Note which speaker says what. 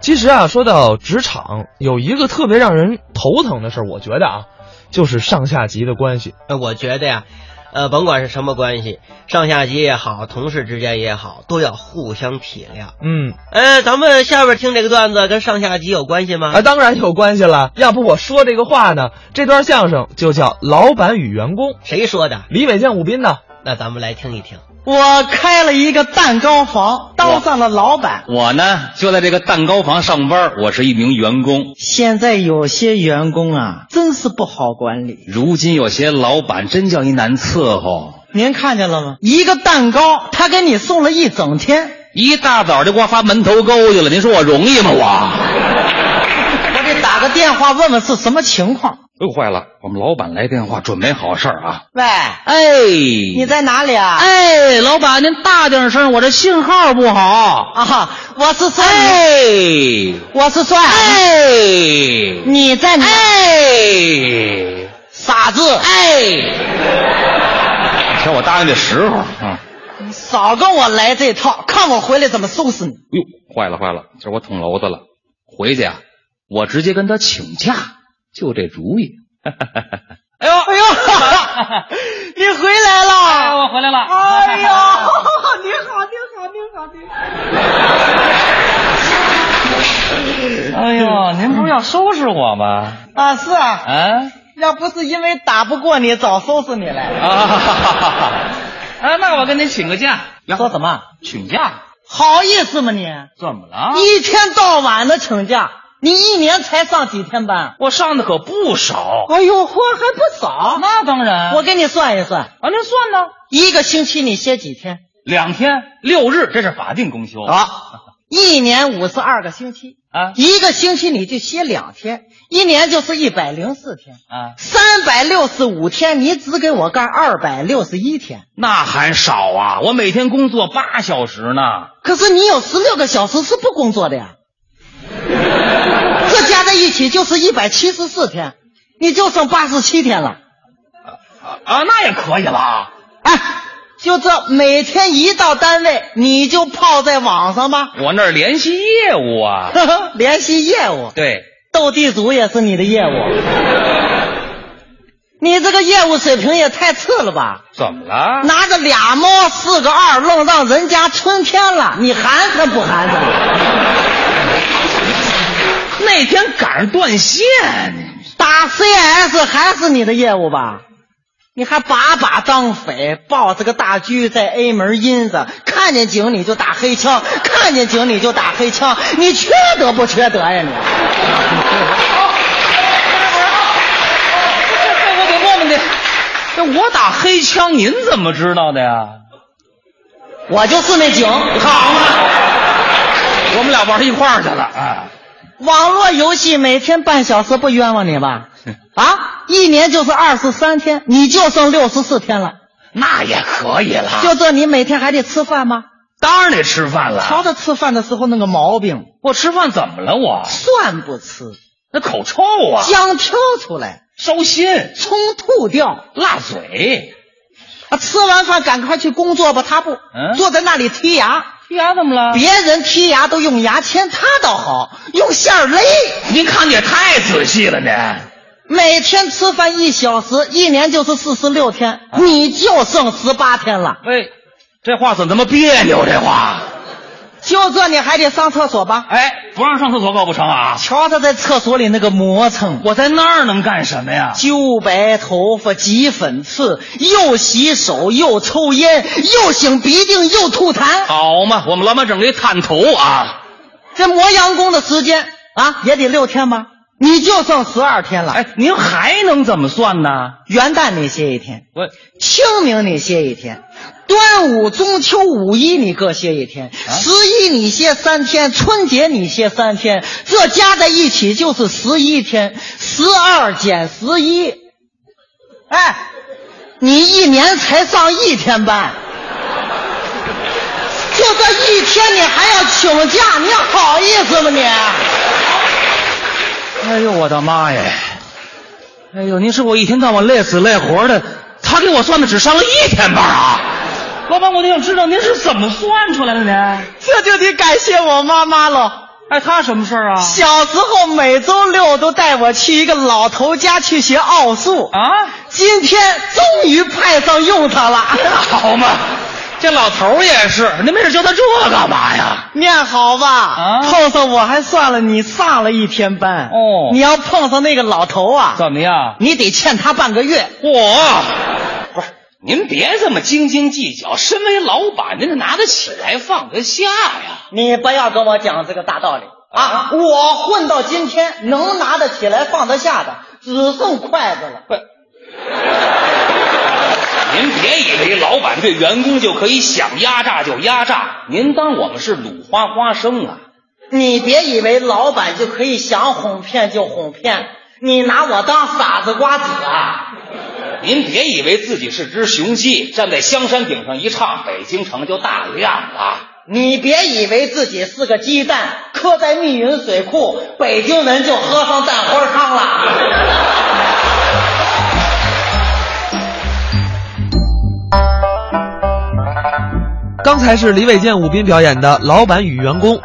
Speaker 1: 其实啊，说到职场，有一个特别让人头疼的事儿，我觉得啊，就是上下级的关系。
Speaker 2: 呃，我觉得呀，呃，甭管是什么关系，上下级也好，同事之间也好，都要互相体谅。
Speaker 1: 嗯，
Speaker 2: 呃，咱们下边听这个段子跟上下级有关系吗？
Speaker 1: 啊，当然有关系了，要不我说这个话呢，这段相声就叫《老板与员工》，
Speaker 2: 谁说的？
Speaker 1: 李伟健、武斌呢？
Speaker 2: 那咱们来听一听。
Speaker 3: 我开了一个蛋糕房，当上了老板。
Speaker 4: 我呢，就在这个蛋糕房上班，我是一名员工。
Speaker 3: 现在有些员工啊，真是不好管理。
Speaker 4: 如今有些老板真叫一难伺候，
Speaker 3: 您看见了吗？一个蛋糕，他给你送了一整天。
Speaker 4: 一大早就给我发门头沟去了。您说我容易吗？我，
Speaker 3: 我得打个电话问问是什么情况。
Speaker 4: 又坏了，我们老板来电话，准没好事儿啊！
Speaker 3: 喂，
Speaker 4: 哎，
Speaker 3: 你在哪里啊？
Speaker 4: 哎，老板您大点声，我这信号不好。
Speaker 3: 啊，我是帅，
Speaker 4: 哎
Speaker 3: 我是帅。啊
Speaker 4: 哎
Speaker 3: 你在哪？
Speaker 4: 哎
Speaker 3: 傻子，
Speaker 4: 哎，瞧我答应这时候啊！
Speaker 3: 少跟我来这套，看我回来怎么收拾你。
Speaker 4: 哟，坏了坏了，今儿我捅娄子了，回去啊，我直接跟他请假，就这主意。
Speaker 3: 哎呦哎呦， 你回来了！哎，我回来了！ 哎呦，你好，你好，你好，你好！哎呦，您不是要收拾我吗？啊，是啊，
Speaker 4: 啊
Speaker 3: 要不是因为打不过你，早收拾你来
Speaker 4: 啊！
Speaker 5: 啊，那我跟您请个假，
Speaker 3: 了。说什么？
Speaker 4: 请假
Speaker 3: 好意思吗你？
Speaker 5: 怎么了？
Speaker 3: 一天到晚的请假，你一年才上几天班？
Speaker 5: 我上的可不少。
Speaker 3: 哎呦，嚯，还不少。
Speaker 5: 那当然
Speaker 3: 我给你算一算，
Speaker 5: 啊，那算呢？
Speaker 3: 一个星期你歇几天？
Speaker 5: 两天六日，这是法定公休
Speaker 4: 啊
Speaker 3: 好，一年五十二个星期，
Speaker 5: 啊
Speaker 3: 一个星期你就歇两天，一年就是一百零四天，
Speaker 5: 啊，
Speaker 3: 三百六十五天你只给我干二百六十一天，
Speaker 4: 那还少啊！我每天工作八小时呢。
Speaker 3: 可是你有十六个小时是不工作的呀，这加在一起就是一百七十四天，你就剩八十七天了。
Speaker 4: 啊，那也可以啦。
Speaker 3: 哎，就这每天一到单位你就泡在网上吧，
Speaker 4: 我那儿联系业务啊。
Speaker 3: 联系业务。
Speaker 4: 对，
Speaker 3: 斗地主也是你的业务。 你这个业务水平也太次了吧！
Speaker 4: 怎么了？
Speaker 3: 拿着俩猫四个二，愣让人家春天了，你寒碜不寒碜？
Speaker 4: 那天赶上断线，
Speaker 3: 打 CS 还是你的业务吧？你还把把当匪，抱着个大狙在 A 门阴着，看见警你就打黑枪，看见警你就打黑枪，你缺德不缺德呀你？
Speaker 5: 这我得问问您，这我打黑枪，您怎么知道的呀？
Speaker 3: 我就是那警。
Speaker 4: 好嘛，我们俩玩一块儿去了啊。
Speaker 3: 网络游戏每天半小时不冤枉你吧？啊，一年就是二十三天，你就剩六十四天了。
Speaker 4: 那也可以
Speaker 5: 啊
Speaker 4: 啦。
Speaker 3: 就这，你每天还得吃饭吗？
Speaker 4: 当然得吃饭了。
Speaker 3: 瞧他吃饭的时候那个毛病，
Speaker 5: 我吃饭怎么了？我
Speaker 3: 蒜不吃，
Speaker 5: 那口臭啊，
Speaker 3: 姜挑出来，
Speaker 5: 烧心，
Speaker 3: 葱吐掉。
Speaker 5: 辣嘴。
Speaker 3: 啊，吃完饭赶快去工作吧，他不，
Speaker 5: 嗯
Speaker 3: 坐在那里剔牙。
Speaker 5: 剔牙怎么了？
Speaker 3: 别人剔牙都用牙签，他倒好，用线儿勒。
Speaker 4: 您看的也太仔细了呢。
Speaker 3: 每天吃饭一小时，一年就是四十六天，
Speaker 5: 啊
Speaker 3: 你就剩十八天了。
Speaker 5: 喂，
Speaker 4: 这话怎么那么别扭？这话，
Speaker 3: 就这你还得上厕所吧？
Speaker 4: 哎，不让上厕所可不成啊！
Speaker 3: 瞧他在厕所里那个磨蹭，
Speaker 4: 我在那儿能干什么呀？
Speaker 3: 揪白头发，挤粉刺，又洗手，又抽烟，又擤鼻涕，又吐痰。
Speaker 4: 好嘛，我们老板整了一探头啊！
Speaker 3: 这磨洋工的时间啊，也得六天吧？你就剩十二天了。
Speaker 4: 哎，您还能怎么算呢？
Speaker 3: 元旦你歇一天，
Speaker 4: 我
Speaker 3: 清明你歇一天，端午、中秋、五一你各歇一天，
Speaker 4: 啊
Speaker 3: 十一你歇三天，春节你歇三天，这加在一起就是十一天，十二减十一，哎，你一年才上一天班，就这一天你还要请假，你好意思吗你？啊
Speaker 4: 哎呦我的妈呀！哎呦，您说我一天到晚累死累活的，他给我算的只上了一天班啊！
Speaker 5: 老板，我得想知道您是怎么算出来的呢？
Speaker 3: 这就得感谢我妈妈了。
Speaker 5: 哎，他什么事儿啊？
Speaker 3: 小时候每周六都带我去一个老头家去学奥数，
Speaker 5: 啊，
Speaker 3: 今天终于派上用场了。
Speaker 5: 好嘛，
Speaker 4: 这老头儿也是，那没事教他这干嘛呀？
Speaker 3: 念好吧，
Speaker 5: 啊
Speaker 3: 碰上我还算了你上了一天班。
Speaker 5: 哦
Speaker 3: 你要碰上那个老头啊，
Speaker 5: 怎么样？
Speaker 3: 你得欠他半个月。
Speaker 4: 我不是，您别这么斤斤计较。身为老板，您得拿得起来，放得下呀。
Speaker 3: 你不要跟我讲这个大道理啊！我混到今天，能拿得起来放得下的，只剩筷子
Speaker 4: 哎
Speaker 3: 了。
Speaker 4: 您别以为老板对员工就可以想压榨就压榨，您当我们是鲁花花生啊？
Speaker 3: 你别以为老板就可以想哄骗就哄骗，你拿我当傻子瓜子啊！
Speaker 4: 您别以为自己是只雄鸡，站在香山顶上一唱，北京城就大亮了。
Speaker 3: 你别以为自己是个鸡蛋，刻在密云水库，北京人就喝上蛋花汤了。
Speaker 1: 刚才是李伟健、武斌表演的《老板与员工》，